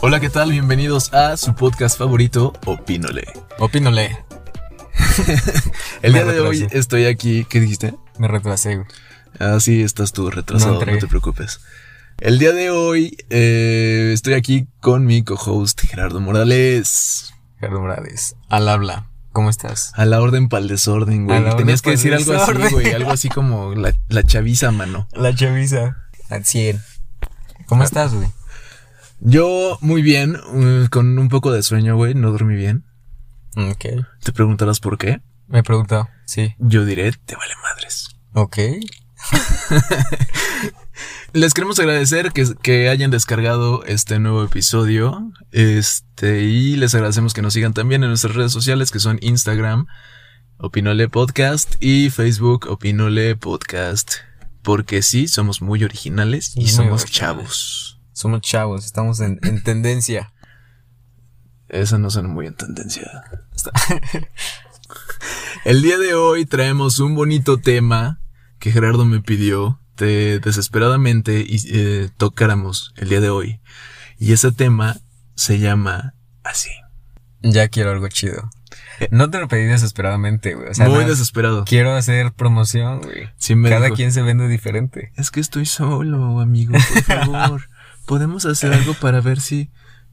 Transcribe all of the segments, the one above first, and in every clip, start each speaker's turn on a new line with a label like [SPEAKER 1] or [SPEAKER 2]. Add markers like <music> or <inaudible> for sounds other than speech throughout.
[SPEAKER 1] Hola, ¿qué tal? Bienvenidos a su podcast favorito, Opínole.
[SPEAKER 2] Opínole.
[SPEAKER 1] El
[SPEAKER 2] Me
[SPEAKER 1] día de hoy
[SPEAKER 2] retrasé.
[SPEAKER 1] estoy aquí. ¿Qué dijiste?
[SPEAKER 2] Me retrasé, güey.
[SPEAKER 1] Ah, sí, estás tú retrasado, no,
[SPEAKER 2] No entré.
[SPEAKER 1] te preocupes. El día de hoy eh, estoy aquí con mi co-host Gerardo Morales.
[SPEAKER 2] Gerardo Morales. Al habla. ¿Cómo estás?
[SPEAKER 1] A la orden para el desorden,
[SPEAKER 2] A
[SPEAKER 1] güey.
[SPEAKER 2] la orden
[SPEAKER 1] Tenías que
[SPEAKER 2] pa'l
[SPEAKER 1] decir algo así,
[SPEAKER 2] desorden.
[SPEAKER 1] güey. Algo así como la, la chaviza, mano.
[SPEAKER 2] La chaviza. Al 100. ¿Cómo estás, güey?
[SPEAKER 1] Yo muy bien, mm, con un poco de sueño, güey. No dormí bien. Mm,
[SPEAKER 2] Ok.
[SPEAKER 1] Te preguntarás por qué.
[SPEAKER 2] Me preguntó. Sí.
[SPEAKER 1] Yo diré, te vale madres.
[SPEAKER 2] Ok.
[SPEAKER 1] Les queremos agradecer que, que hayan descargado este nuevo episodio. Este, y les agradecemos que nos sigan también en nuestras redes sociales, que son Instagram, Opinole Podcast, y Facebook, Opinole Podcast. Porque sí, somos muy originales y
[SPEAKER 2] Muy
[SPEAKER 1] somos
[SPEAKER 2] originales.
[SPEAKER 1] chavos.
[SPEAKER 2] Somos chavos. Estamos en, en tendencia.
[SPEAKER 1] Esa no suena muy en tendencia. Está. El día de hoy traemos un bonito tema que Gerardo me pidió de- desesperadamente y, eh, tocáramos el día de hoy. Y ese tema se llama así.
[SPEAKER 2] Ya quiero algo chido. No te lo pedí desesperadamente, güey. O sea,
[SPEAKER 1] muy
[SPEAKER 2] nada-
[SPEAKER 1] desesperado.
[SPEAKER 2] quiero hacer promoción, güey.
[SPEAKER 1] Sí me
[SPEAKER 2] Cada
[SPEAKER 1] dijo,
[SPEAKER 2] quien se vende diferente.
[SPEAKER 1] Es que estoy solo, amigo, por
[SPEAKER 2] <laughs>
[SPEAKER 1] favor. Podemos hacer algo para ver si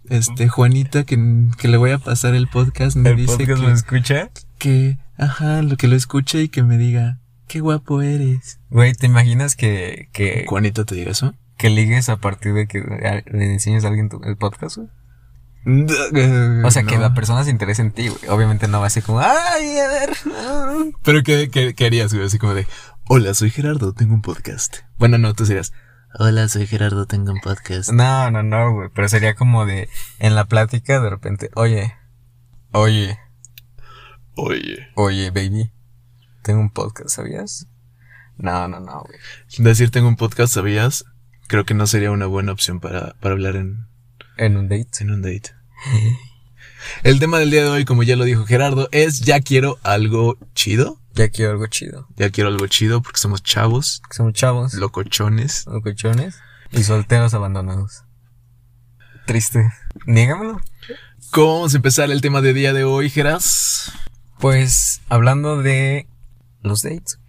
[SPEAKER 1] este Juanita que, que le voy a pasar el podcast me
[SPEAKER 2] ¿El
[SPEAKER 1] dice
[SPEAKER 2] podcast
[SPEAKER 1] que-
[SPEAKER 2] lo escucha?
[SPEAKER 1] que, ajá, lo que lo escuche y que me diga, qué guapo eres.
[SPEAKER 2] Güey, ¿te imaginas que, que,
[SPEAKER 1] ¿Juanita te diga <laughs> eso?
[SPEAKER 2] que ligues a partir de que a- le enseñes a alguien tu- el podcast, güey?
[SPEAKER 1] Mm,
[SPEAKER 2] O sea, que la persona se interese en ti, güey. Obviamente no va a ser como, ay, a ver. ah".
[SPEAKER 1] Pero ¿qué, qué, qué harías, güey? Así como de, hola, soy Gerardo, tengo un podcast. Bueno, no, tú serías, hola, soy Gerardo, tengo un podcast.
[SPEAKER 2] No, no, no, güey. Pero sería como de, en la plática, de repente, oye, oye,
[SPEAKER 1] Oye.
[SPEAKER 2] oye, baby. Tengo un podcast, ¿sabías? No, no, no, güey.
[SPEAKER 1] Decir tengo un podcast, ¿sabías? Creo que no sería una buena opción para, para hablar en,
[SPEAKER 2] En un date.
[SPEAKER 1] en un <laughs> date. El tema del día de hoy, como ya lo dijo Gerardo, es ya quiero algo chido.
[SPEAKER 2] Ya quiero algo chido.
[SPEAKER 1] Ya quiero algo chido porque somos chavos,
[SPEAKER 2] Que Somos chavos,
[SPEAKER 1] locochones.
[SPEAKER 2] locochones y solteros abandonados. Triste. Niégamelo.
[SPEAKER 1] ¿Cómo vamos a empezar el tema de día de hoy, Geras?
[SPEAKER 2] Pues hablando de los dates,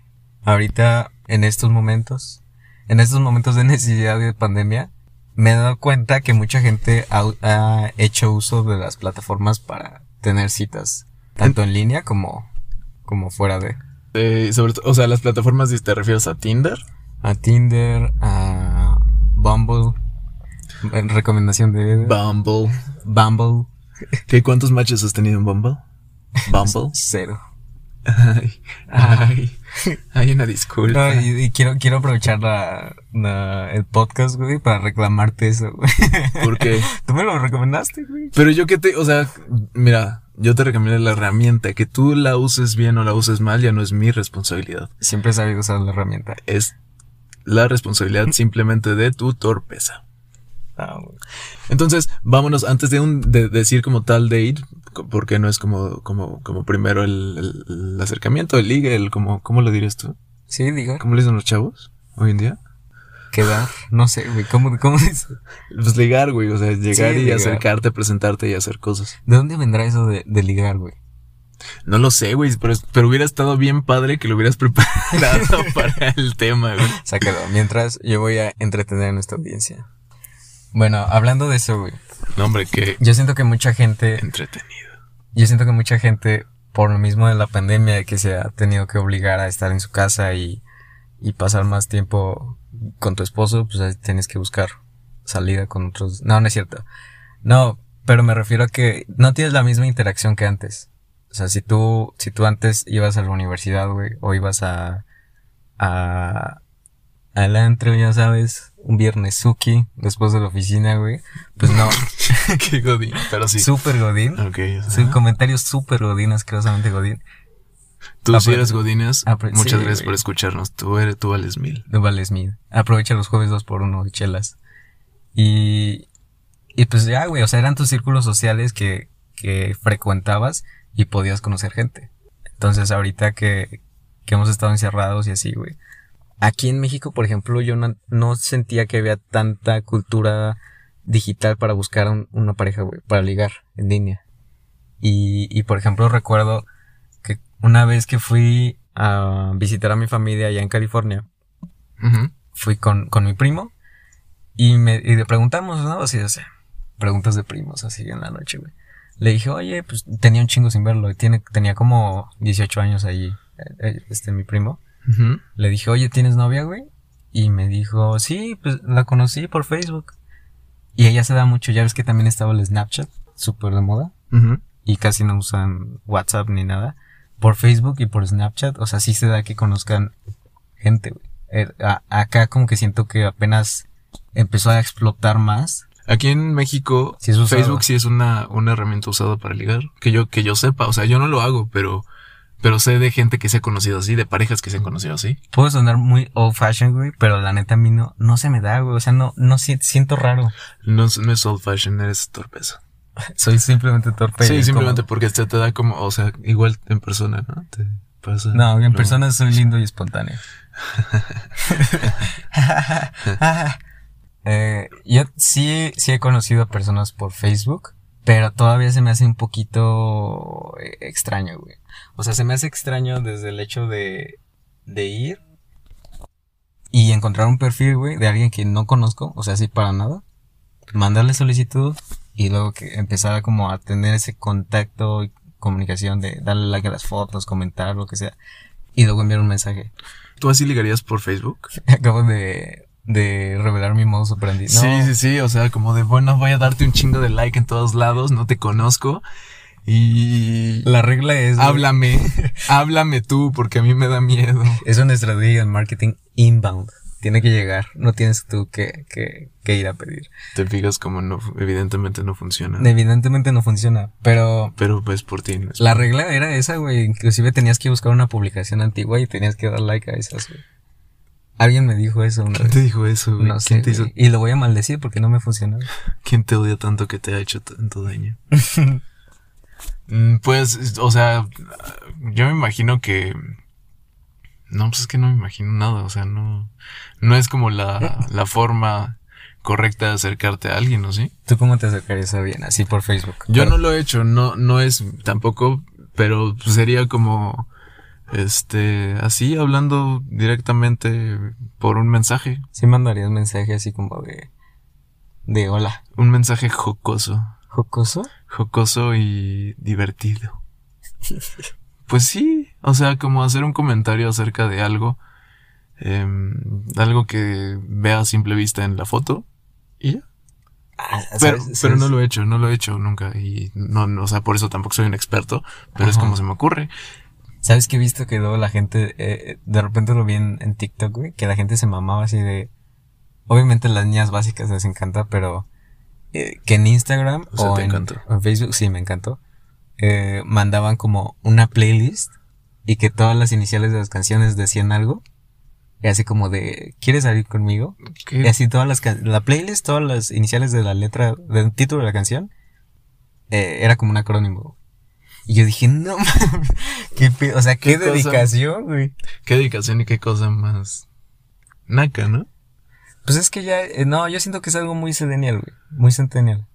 [SPEAKER 2] ahorita en estos momentos, en estos momentos de necesidad de pandemia, me he dado cuenta que mucha gente ha, ha hecho uso de las plataformas para tener citas, tanto en línea como, como fuera de.
[SPEAKER 1] Eh, sobre to- o sea, las plataformas, si te refieres a Tinder,
[SPEAKER 2] A Tinder, a Bumble, en recomendación de
[SPEAKER 1] Bumble.
[SPEAKER 2] Bumble,
[SPEAKER 1] ¿Qué, ¿Cuántos matches has tenido en Bumble? Bumble.
[SPEAKER 2] cero.
[SPEAKER 1] ay, ay, ay, una disculpa.
[SPEAKER 2] No, y, y quiero, quiero aprovechar la, la- el podcast, güey, para reclamarte eso, güey. <laughs>
[SPEAKER 1] ¿Por qué?
[SPEAKER 2] Tú me lo recomendaste, güey.
[SPEAKER 1] Pero yo que te, o sea, mira, yo te recomiendo la herramienta. Que tú la uses bien o la uses mal ya no es mi responsabilidad.
[SPEAKER 2] Siempre he sabido usar la herramienta.
[SPEAKER 1] Es la responsabilidad simplemente de tu torpeza.
[SPEAKER 2] Ah, güey.
[SPEAKER 1] Entonces, vámonos, antes de, un, de decir como tal date, co- porque no es como, como, como primero el, el- el acercamiento, el ligue, el como, ¿cómo lo dirías tú?
[SPEAKER 2] Sí, diga.
[SPEAKER 1] ¿Cómo le dicen los chavos hoy en día?
[SPEAKER 2] Quedar. No sé, güey. ¿Cómo, cómo <laughs> es?
[SPEAKER 1] Pues ligar, güey, o sea, llegar
[SPEAKER 2] Sí,
[SPEAKER 1] y
[SPEAKER 2] ligar.
[SPEAKER 1] acercarte, presentarte y hacer cosas.
[SPEAKER 2] ¿De dónde vendrá eso de, de ligar, güey?
[SPEAKER 1] No lo sé, güey, pero, pero hubiera estado bien padre que lo hubieras <laughs> preparado para el tema, güey.
[SPEAKER 2] Sácalo. Mientras yo voy a entretener a nuestra audiencia. Bueno, hablando de eso, güey.
[SPEAKER 1] No, hombre, qué
[SPEAKER 2] Yo siento que mucha gente
[SPEAKER 1] entretenido.
[SPEAKER 2] Yo siento que mucha gente, por lo mismo de la pandemia, de que se ha tenido que obligar a estar en su casa y, y pasar más tiempo con tu esposo, pues ahí tienes que buscar salida con otros. No, no es cierto. No, pero me refiero a que no tienes la misma interacción que antes. O sea, si tú, si tú antes ibas a la universidad, güey, o ibas a, a, al antro, ya sabes, un viernes suki, después de la oficina, güey, pues no,
[SPEAKER 1] <laughs> qué godín, pero sí.
[SPEAKER 2] súper godín.
[SPEAKER 1] Ok, ajá.
[SPEAKER 2] Su comentario súper godín, asquerosamente godín.
[SPEAKER 1] Tú si
[SPEAKER 2] Apre-
[SPEAKER 1] eres Godines,
[SPEAKER 2] Apre-
[SPEAKER 1] muchas
[SPEAKER 2] sí,
[SPEAKER 1] gracias
[SPEAKER 2] güey.
[SPEAKER 1] por escucharnos. Tú eres, tú vales mil.
[SPEAKER 2] De Vale Smith. Aprovecha los jueves 2 por 1 de chelas. Y, y pues ya, güey, o sea, eran tus círculos sociales que, que frecuentabas y podías conocer gente. Entonces, ahorita que, que hemos estado encerrados y así, güey. Aquí en México, por ejemplo, yo no, no sentía que había tanta cultura digital para buscar un- una pareja, güey, para ligar en línea. Y, y por ejemplo, recuerdo que una vez que fui a visitar a mi familia allá en California,
[SPEAKER 1] Ujú.
[SPEAKER 2] fui con, con mi primo y, me, y le preguntamos, ¿no? Así, o sea, preguntas de primos, así en la noche, güey. Le dije, oye, pues tenía un chingo sin verlo. y Tiene, tenía como 18 años allí, eh, eh, este, mi primo.
[SPEAKER 1] Ujú.
[SPEAKER 2] Le dije, oye, ¿tienes novia, güey? Y me dijo, sí, pues la conocí por Facebook. Y ella se da mucho, ya ves que también estaba el Snapchat, súper de moda.
[SPEAKER 1] Ujú.
[SPEAKER 2] Y casi no usan WhatsApp ni nada. Por Facebook y por Snapchat, o sea, sí se da que conozcan gente, güey. Eh, a- acá como que siento que apenas empezó a explotar más.
[SPEAKER 1] Aquí en México,
[SPEAKER 2] Sí es usado.
[SPEAKER 1] Facebook sí es una, una herramienta usada para ligar. Que yo, que yo sepa. O sea, yo no lo hago, pero, pero sé de gente que se ha conocido así, de parejas que se han conocido así.
[SPEAKER 2] Puedo sonar muy old fashioned, güey, pero la neta a mí no, no se me da, güey. O sea, no, no si- siento raro.
[SPEAKER 1] No, es- no es old fashioned, eres torpeza.
[SPEAKER 2] Soy simplemente torpe. y
[SPEAKER 1] sí, simplemente
[SPEAKER 2] incómodo.
[SPEAKER 1] porque te, te da como, o sea, igual en persona, ¿no? Te pasa.
[SPEAKER 2] No, en
[SPEAKER 1] lo-
[SPEAKER 2] persona soy lindo y espontáneo. <laughs> Eh, yo sí, sí he conocido a personas por Facebook, pero todavía se me hace un poquito eh, extraño, güey. O sea, se me hace extraño desde el hecho de, de ir y encontrar un perfil, güey, de alguien que no conozco, o sea, así para nada, mandarle solicitud y luego que empezara como a tener ese contacto y comunicación de darle like a las fotos, comentar, lo que sea, y luego enviar un mensaje. <laughs>
[SPEAKER 1] ¿Tú así ligarías por Facebook?
[SPEAKER 2] Acabo de, de revelar mi modo operandi. No,
[SPEAKER 1] Sí, sí, sí. O sea, como de, bueno, voy a darte un chingo de like en todos lados, no te conozco. Y.
[SPEAKER 2] La regla es... güey,
[SPEAKER 1] Háblame, <laughs> háblame tú, porque a mí me da miedo.
[SPEAKER 2] Es una estrategia de marketing inbound. Tiene que llegar, no tienes tú que, que, que ir a pedir.
[SPEAKER 1] Te fijas como no, evidentemente no funciona.
[SPEAKER 2] Evidentemente no funciona, pero
[SPEAKER 1] Pero pues por ti. no es-
[SPEAKER 2] la regla era esa, güey. Inclusive tenías que buscar una publicación antigua y tenías que dar like a esas, güey. Alguien me dijo eso una
[SPEAKER 1] ¿Quién
[SPEAKER 2] vez.
[SPEAKER 1] te dijo eso? güey?
[SPEAKER 2] No
[SPEAKER 1] ¿Quién
[SPEAKER 2] sé,
[SPEAKER 1] te hizo-
[SPEAKER 2] güey, Y lo voy a maldecir porque no me funcionó.
[SPEAKER 1] ¿Quién te odia tanto que te ha hecho tanto
[SPEAKER 2] <laughs>
[SPEAKER 1] daño? Mm, pues, o sea, yo me imagino que... No, pues es que no me imagino nada, o sea, no... No es como
[SPEAKER 2] <laughs>
[SPEAKER 1] la, la forma correcta de acercarte a alguien, ¿o sí?
[SPEAKER 2] ¿Tú cómo te acercarías a bien? Así por Facebook.
[SPEAKER 1] Yo
[SPEAKER 2] Pero-
[SPEAKER 1] no lo he hecho, no, no es tampoco, pero sería como, este, así, hablando directamente por un mensaje,
[SPEAKER 2] Sí mandarías mensaje así como de... De hola.
[SPEAKER 1] un mensaje jocoso,
[SPEAKER 2] ¿Jocoso?
[SPEAKER 1] jocoso y
[SPEAKER 2] <laughs>
[SPEAKER 1] divertido. Pues sí, o sea, como hacer un comentario acerca de algo, em, algo que vea a simple vista en la foto, y ya.
[SPEAKER 2] Ah,
[SPEAKER 1] Pero,
[SPEAKER 2] ¿sabes?
[SPEAKER 1] pero no
[SPEAKER 2] ¿sabes?
[SPEAKER 1] lo he hecho, no lo he hecho nunca. Y no, no, o sea, por eso tampoco soy un experto, pero es
[SPEAKER 2] Ajá.
[SPEAKER 1] como se me ocurre.
[SPEAKER 2] ¿Sabes que he visto que luego la gente, eh, de repente lo vi en, en TikTok, güey, que la gente se mamaba así de... Obviamente las niñas básicas les encanta, pero eh, que en Instagram
[SPEAKER 1] O sea,
[SPEAKER 2] o
[SPEAKER 1] te
[SPEAKER 2] en,
[SPEAKER 1] encantó.
[SPEAKER 2] o en Facebook, sí, me encantó, eh, mandaban como una playlist y que todas las iniciales de las canciones decían algo. Y así como de, ¿quieres salir conmigo?
[SPEAKER 1] ¿Qué?
[SPEAKER 2] Y así todas las can- la playlist, todas las iniciales de la letra, del título de la canción, eh, era como un acrónimo. Y yo dije, no <laughs> mames, qué pe- o sea, qué,
[SPEAKER 1] ¿Qué cosa?
[SPEAKER 2] dedicación, güey.
[SPEAKER 1] ¿Qué dedicación y qué cosa más naca, no?
[SPEAKER 2] Pues es que ya, eh, no, yo siento que es algo muy centennial, güey, muy centennial.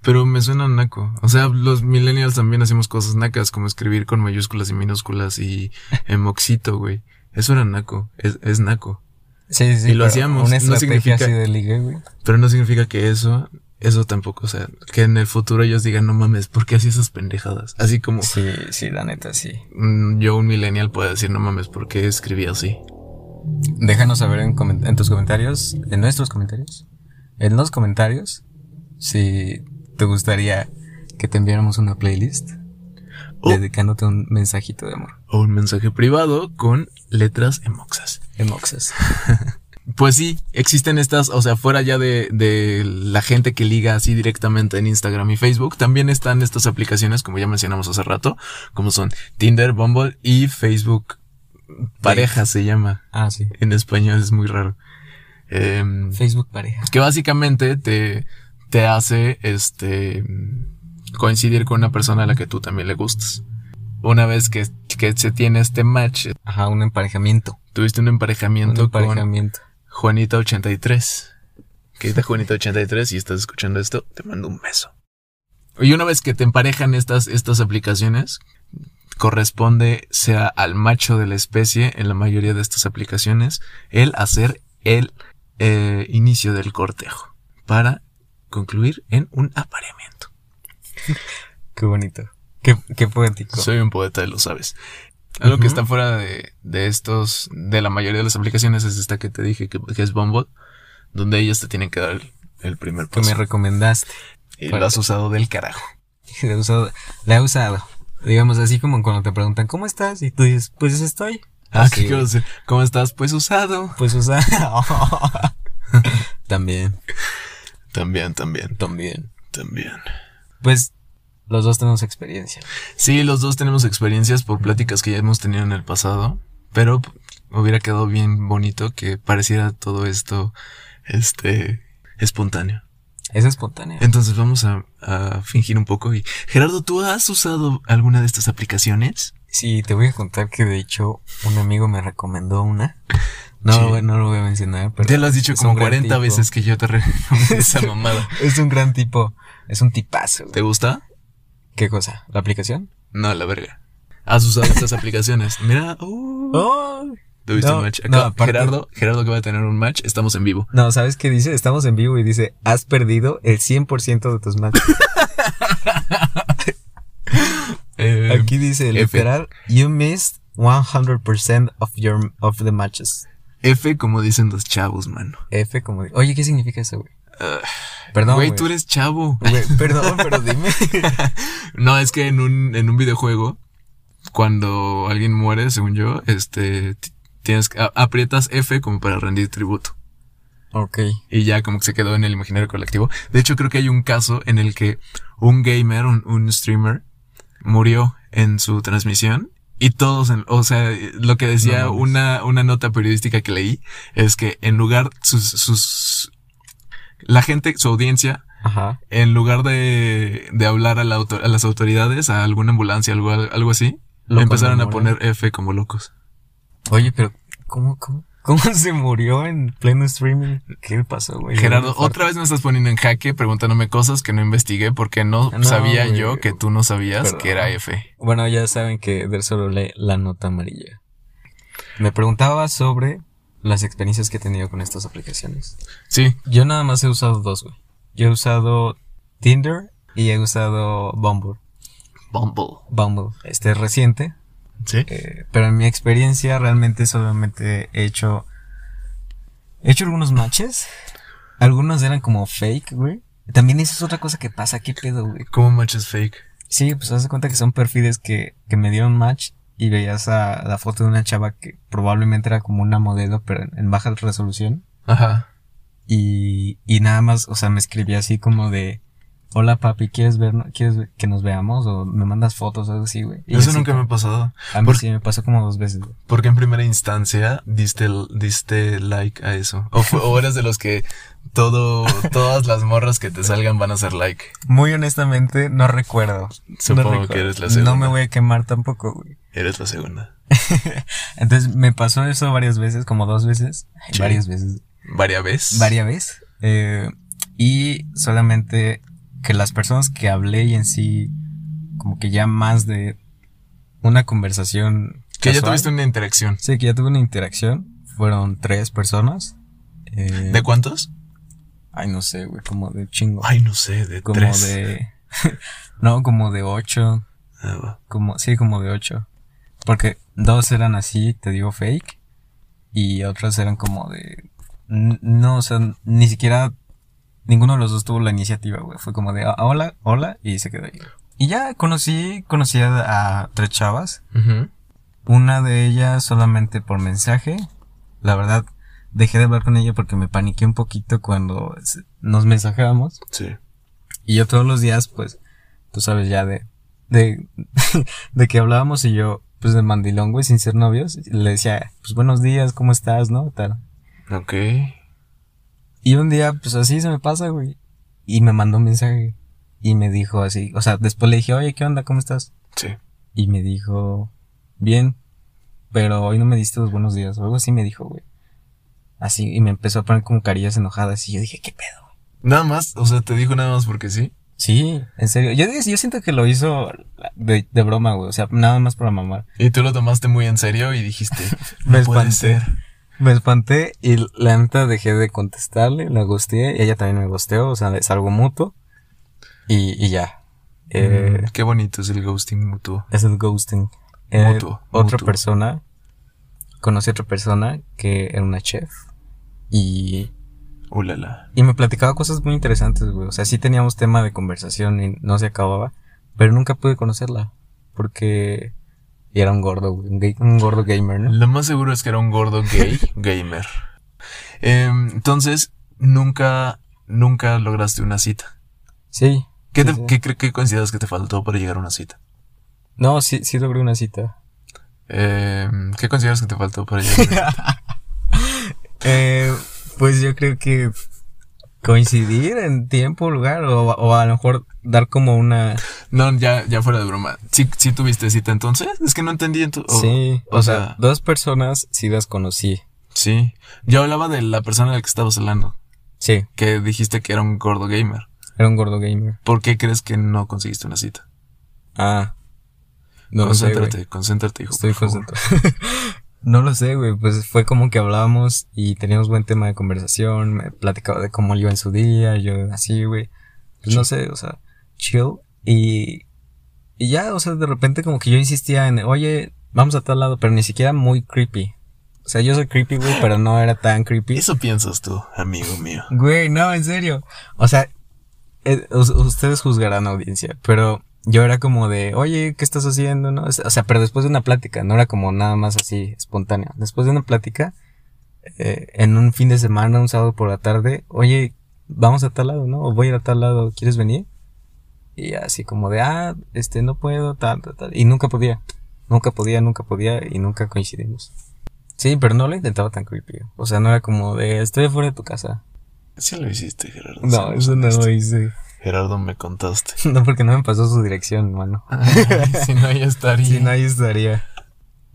[SPEAKER 1] Pero me suena naco. O sea, los millennials también hacemos cosas nacas, como escribir con mayúsculas y minúsculas y emoxito, güey. Eso era naco, es, es naco.
[SPEAKER 2] Sí, sí,
[SPEAKER 1] Y lo
[SPEAKER 2] pero
[SPEAKER 1] hacíamos, no
[SPEAKER 2] Una estrategia
[SPEAKER 1] significa-
[SPEAKER 2] así de ligue, güey.
[SPEAKER 1] Pero no significa que eso, eso tampoco, o sea, que en el futuro ellos digan, no mames, ¿por qué hacía esas pendejadas? Así como
[SPEAKER 2] Sí, sí, la neta, sí.
[SPEAKER 1] mm, yo, un millennial, puedo decir, no mames, ¿por qué escribí así?
[SPEAKER 2] Déjanos saber en, comen- en tus comentarios, en nuestros comentarios, en los comentarios, si te gustaría que te enviáramos una playlist
[SPEAKER 1] Oh.
[SPEAKER 2] dedicándote un mensajito de amor.
[SPEAKER 1] O un mensaje privado con letras emoxas.
[SPEAKER 2] En Moxas.
[SPEAKER 1] Pues sí, existen estas, o sea, fuera ya de, de la gente que liga así directamente en Instagram y Facebook, también están estas aplicaciones, como ya mencionamos hace rato, como son Tinder, Bumble y Facebook Pareja se llama.
[SPEAKER 2] Ah, sí.
[SPEAKER 1] En español es muy raro. Em,
[SPEAKER 2] Facebook pareja.
[SPEAKER 1] que básicamente te, te hace este coincidir con una persona a la que tú también le gustas. Una vez que, que se tiene este match,
[SPEAKER 2] Ajá, un emparejamiento.
[SPEAKER 1] tuviste un
[SPEAKER 2] Un
[SPEAKER 1] emparejamiento,
[SPEAKER 2] emparejamiento.
[SPEAKER 1] con Juanita 83. Querida Juanita83, si estás escuchando esto, te mando un beso. Y una vez que te emparejan estas, estas aplicaciones, corresponde sea al macho de la especie en la mayoría de estas aplicaciones el hacer el eh, inicio del cortejo para concluir en un apareamiento.
[SPEAKER 2] Qué bonito. Qué, qué poético.
[SPEAKER 1] Soy un poeta, lo sabes. Algo
[SPEAKER 2] Ujú.
[SPEAKER 1] que está fuera de, de estos, de la mayoría de las aplicaciones es esta que te dije que, que es Bumble, donde ellas te tienen que dar el, el primer
[SPEAKER 2] Que me
[SPEAKER 1] paso.
[SPEAKER 2] recomendaste.
[SPEAKER 1] y lo has usado del carajo.
[SPEAKER 2] <laughs> La he usado. La he usado. Digamos así como cuando te preguntan, ¿cómo estás? Y tú dices, pues estoy.
[SPEAKER 1] Ah,
[SPEAKER 2] Así,
[SPEAKER 1] ¿qué quiero decir? ¿Cómo estás? Pues usado.
[SPEAKER 2] Pues <laughs> usa. también,
[SPEAKER 1] También, también,
[SPEAKER 2] también.
[SPEAKER 1] también.
[SPEAKER 2] Pues los dos tenemos experiencia.
[SPEAKER 1] Sí, los dos tenemos experiencias por pláticas que ya hemos tenido en el pasado, pero hubiera quedado bien bonito que pareciera todo esto, este, espontáneo.
[SPEAKER 2] Es espontáneo.
[SPEAKER 1] Entonces vamos a, a fingir un poco y... Gerardo, ¿tú has usado alguna de estas aplicaciones?
[SPEAKER 2] Sí, te voy a contar que de hecho un amigo me recomendó una. No,
[SPEAKER 1] Sí.
[SPEAKER 2] lo voy- no lo voy a mencionar, pero...
[SPEAKER 1] Ya lo has dicho
[SPEAKER 2] es
[SPEAKER 1] como
[SPEAKER 2] un gran
[SPEAKER 1] 40
[SPEAKER 2] tipo.
[SPEAKER 1] veces que yo te recomiendo
[SPEAKER 2] <laughs>
[SPEAKER 1] esa mamada.
[SPEAKER 2] Es un gran tipo. Es un tipazo. güey.
[SPEAKER 1] ¿Te gusta?
[SPEAKER 2] ¿Qué cosa? ¿La aplicación?
[SPEAKER 1] No, la verga. Has usado estas aplicaciones. Mira, uh,
[SPEAKER 2] ¡Oh!
[SPEAKER 1] tuviste
[SPEAKER 2] no,
[SPEAKER 1] un match.
[SPEAKER 2] no,
[SPEAKER 1] Acá,
[SPEAKER 2] aparte-
[SPEAKER 1] Gerardo, Gerardo que va a tener un match, estamos en vivo.
[SPEAKER 2] No, ¿sabes qué dice? Estamos en vivo y dice, has perdido el 100% de tus matches.
[SPEAKER 1] <laughs> Eh,
[SPEAKER 2] Aquí dice,
[SPEAKER 1] F.
[SPEAKER 2] literal, you missed 100% of, your, of the matches.
[SPEAKER 1] F como dicen los chavos, mano.
[SPEAKER 2] F como... de- Oye, ¿qué significa eso, güey?
[SPEAKER 1] Ah,
[SPEAKER 2] Perdón,
[SPEAKER 1] güey, tú eres chavo.
[SPEAKER 2] Güey, perdón, pero dime. <laughs>
[SPEAKER 1] No, es que en un, en un videojuego, cuando alguien muere, según yo, este, ti- tienes, que- a- aprietas F como para rendir tributo.
[SPEAKER 2] ok.
[SPEAKER 1] Y ya como que se quedó en el imaginario colectivo. De hecho, creo que hay un caso en el que un gamer, un, un streamer, murió en su transmisión. Y todos, en- o sea, lo que decía
[SPEAKER 2] No mames.
[SPEAKER 1] una, una nota periodística que leí es que en lugar, sus, sus, la gente, su audiencia,
[SPEAKER 2] Ajá.
[SPEAKER 1] en lugar de, de hablar a, la auto- a las autoridades, a alguna ambulancia, algo, algo así,
[SPEAKER 2] Lo
[SPEAKER 1] empezaron a
[SPEAKER 2] conmemoran.
[SPEAKER 1] poner F como locos.
[SPEAKER 2] Oye, pero ¿cómo, cómo, cómo <laughs> se murió en pleno streaming? ¿Qué le pasó, güey?
[SPEAKER 1] Gerardo,
[SPEAKER 2] Fue-
[SPEAKER 1] otra vez me estás poniendo en jaque preguntándome cosas que no investigué porque no,
[SPEAKER 2] No,
[SPEAKER 1] sabía
[SPEAKER 2] güey.
[SPEAKER 1] yo que tú no sabías
[SPEAKER 2] Perdón.
[SPEAKER 1] que era F.
[SPEAKER 2] Bueno, ya saben que Del solo lee la nota amarilla. Me preguntaba sobre las experiencias que he tenido con estas aplicaciones.
[SPEAKER 1] Sí,
[SPEAKER 2] Yo nada más he usado dos, güey. Yo he usado Tinder y he usado Bumble.
[SPEAKER 1] Bumble.
[SPEAKER 2] Bumble, este es reciente,
[SPEAKER 1] Sí.
[SPEAKER 2] eh, pero en mi experiencia realmente solamente he hecho... He hecho algunos matches. Algunos eran como fake, güey. También eso es otra cosa que pasa, qué pedo, güey.
[SPEAKER 1] ¿Cómo matches fake?
[SPEAKER 2] Sí, pues haz de cuenta que son perfiles que, que me dieron match y veías a la foto de una chava que probablemente era como una modelo, pero en, en baja resolución.
[SPEAKER 1] Ajá.
[SPEAKER 2] Y, y nada más, o sea, me escribía así como de, hola papi, ¿quieres ver, quieres ver- que nos veamos? O me mandas fotos o algo así, güey. Y
[SPEAKER 1] Eso
[SPEAKER 2] así
[SPEAKER 1] nunca me
[SPEAKER 2] como-
[SPEAKER 1] ha pasado.
[SPEAKER 2] A mí
[SPEAKER 1] por-
[SPEAKER 2] sí me pasó como dos veces, güey.
[SPEAKER 1] Porque en primera instancia diste, el- diste like a eso. O, fue- o eres de los que todo, todas las morras que te salgan van a hacer like.
[SPEAKER 2] Muy honestamente, no recuerdo.
[SPEAKER 1] Supongo
[SPEAKER 2] No
[SPEAKER 1] que
[SPEAKER 2] recuerdo.
[SPEAKER 1] eres la segunda.
[SPEAKER 2] No me voy a quemar tampoco, güey.
[SPEAKER 1] Eres la segunda.
[SPEAKER 2] Entonces me pasó eso varias veces, como dos veces. Ay,
[SPEAKER 1] Sí.
[SPEAKER 2] Varias veces.
[SPEAKER 1] ¿Varias veces?
[SPEAKER 2] varias veces. eh, y solamente que las personas que hablé y en sí, como que ya más de una conversación.
[SPEAKER 1] Que ya
[SPEAKER 2] casual,
[SPEAKER 1] tuviste una interacción.
[SPEAKER 2] Sí, que ya tuve una interacción. Fueron tres personas. eh,
[SPEAKER 1] ¿De cuántos?
[SPEAKER 2] ay, no sé, güey, como de chingo.
[SPEAKER 1] Ay, no sé, de
[SPEAKER 2] como
[SPEAKER 1] tres.
[SPEAKER 2] de. <laughs> no, como de ocho.
[SPEAKER 1] Ah, va.
[SPEAKER 2] Como, sí, como de ocho. Porque dos eran así, te digo fake. Y otros eran como de. n- No, o sea, ni siquiera. Ninguno de los dos tuvo la iniciativa, güey. Fue como de "Ah, hola, hola, y se quedó ahí. Y ya conocí, conocí a, a tres chavas.
[SPEAKER 1] Ujú.
[SPEAKER 2] Una de ellas solamente por mensaje. La verdad, dejé de hablar con ella porque me paniqué un poquito cuando se- nos mensajeábamos.
[SPEAKER 1] Sí.
[SPEAKER 2] Y yo todos los días, pues, tú sabes ya de, de, <laughs> de que hablábamos y yo, pues, de mandilón, güey, sin ser novios, le decía, pues, buenos días, ¿cómo estás, no? Tal.
[SPEAKER 1] Ok.
[SPEAKER 2] Y un día, pues, así se me pasa, güey. Y me mandó un mensaje y me dijo así, o sea, después le dije, oye, ¿qué onda? ¿Cómo estás?
[SPEAKER 1] Sí.
[SPEAKER 2] Y me dijo, bien, pero hoy no me diste los buenos días, o algo así me dijo, güey. Así, y me empezó a poner como carillas enojadas. Y yo dije, ¿qué pedo?
[SPEAKER 1] Nada más, o sea, te dijo nada más porque sí.
[SPEAKER 2] Sí, en serio. Yo, yo siento que lo hizo de, de broma, güey. O sea, nada más para mamar.
[SPEAKER 1] Y tú lo tomaste muy en serio y
[SPEAKER 2] <laughs>
[SPEAKER 1] dijiste,
[SPEAKER 2] Me
[SPEAKER 1] no puede
[SPEAKER 2] espanté.
[SPEAKER 1] ser.
[SPEAKER 2] Me espanté y la neta dejé de contestarle, la gosteé, y ella también me gosteó, o sea, es algo mutuo. Y, y ya. Eh,
[SPEAKER 1] Mm, qué bonito es el ghosting mutuo.
[SPEAKER 2] Es el ghosting. Eh,
[SPEAKER 1] Mutuo,
[SPEAKER 2] Otra
[SPEAKER 1] mutuo.
[SPEAKER 2] persona, conocí a otra persona que era una chef y,
[SPEAKER 1] Ulala.
[SPEAKER 2] y me platicaba cosas muy interesantes, güey. O sea, sí teníamos tema de conversación y no se acababa, pero nunca pude conocerla porque era un gordo, güey, un, gay- un gordo gamer, ¿no?
[SPEAKER 1] Lo más seguro es que era un gordo
[SPEAKER 2] <laughs>
[SPEAKER 1] gay gamer. Em, entonces, nunca, nunca lograste una cita.
[SPEAKER 2] Sí.
[SPEAKER 1] ¿Qué,
[SPEAKER 2] sí,
[SPEAKER 1] te-
[SPEAKER 2] sí.
[SPEAKER 1] qué cre- qué consideras que te faltó para llegar a una cita?
[SPEAKER 2] No, sí, sí logré una cita.
[SPEAKER 1] Em, ¿Qué consideras que te faltó para llegar a
[SPEAKER 2] <laughs>
[SPEAKER 1] una cita?
[SPEAKER 2] Eh, pues yo creo que coincidir en tiempo, lugar, o, o a lo mejor dar como una...
[SPEAKER 1] No, ya, ya fuera de broma. ¿Sí, sí tuviste cita entonces? Es que no entendí. ento- o-
[SPEAKER 2] sí,
[SPEAKER 1] o
[SPEAKER 2] o, sea,
[SPEAKER 1] sea-
[SPEAKER 2] dos personas sí las conocí.
[SPEAKER 1] Sí. Yo hablaba de la persona de la que estabas hablando,
[SPEAKER 2] Sí,
[SPEAKER 1] que dijiste que era un gordo gamer.
[SPEAKER 2] era un gordo gamer.
[SPEAKER 1] ¿Por qué crees que no conseguiste una cita?
[SPEAKER 2] Ah. No lo sé,
[SPEAKER 1] concéntrate,
[SPEAKER 2] güey.
[SPEAKER 1] concéntrate, hijo.
[SPEAKER 2] Estoy
[SPEAKER 1] por favor.
[SPEAKER 2] concentrado. <laughs> no lo sé, güey. Pues fue como que hablábamos y teníamos buen tema de conversación. Me platicaba de cómo le iba en su día, yo así, güey. Pues no sé, o sea, chill. Y, y ya, o sea, de repente como que yo insistía en, oye, vamos a tal lado, pero ni siquiera muy creepy. O sea, yo soy creepy, güey, pero no era tan creepy.
[SPEAKER 1] Eso piensas tú, amigo mío.
[SPEAKER 2] Güey, no, en serio. O sea, eh, us- ustedes juzgarán audiencia, pero yo era como de, oye, ¿qué estás haciendo? ¿No? O sea, o sea, pero después de una plática, no era como nada más así espontáneo. Después de una plática, eh, en un fin de semana, un sábado por la tarde, oye, vamos a tal lado, ¿no? O voy a ir a tal lado, ¿quieres venir? Y así como de, ah, este, no puedo, tal, tal, tal. Y nunca podía, nunca podía, nunca podía y nunca coincidimos. Sí, pero no lo intentaba tan creepy. O sea, no era como de, estoy fuera de tu casa.
[SPEAKER 1] Sí lo hiciste, Gerardo.
[SPEAKER 2] No,
[SPEAKER 1] seamos
[SPEAKER 2] eso no
[SPEAKER 1] honestos.
[SPEAKER 2] lo hice.
[SPEAKER 1] Gerardo, me contaste.
[SPEAKER 2] <laughs> No, porque no me pasó su dirección, mano.
[SPEAKER 1] Ay, si no, ya estaría.
[SPEAKER 2] Si no, ahí estaría.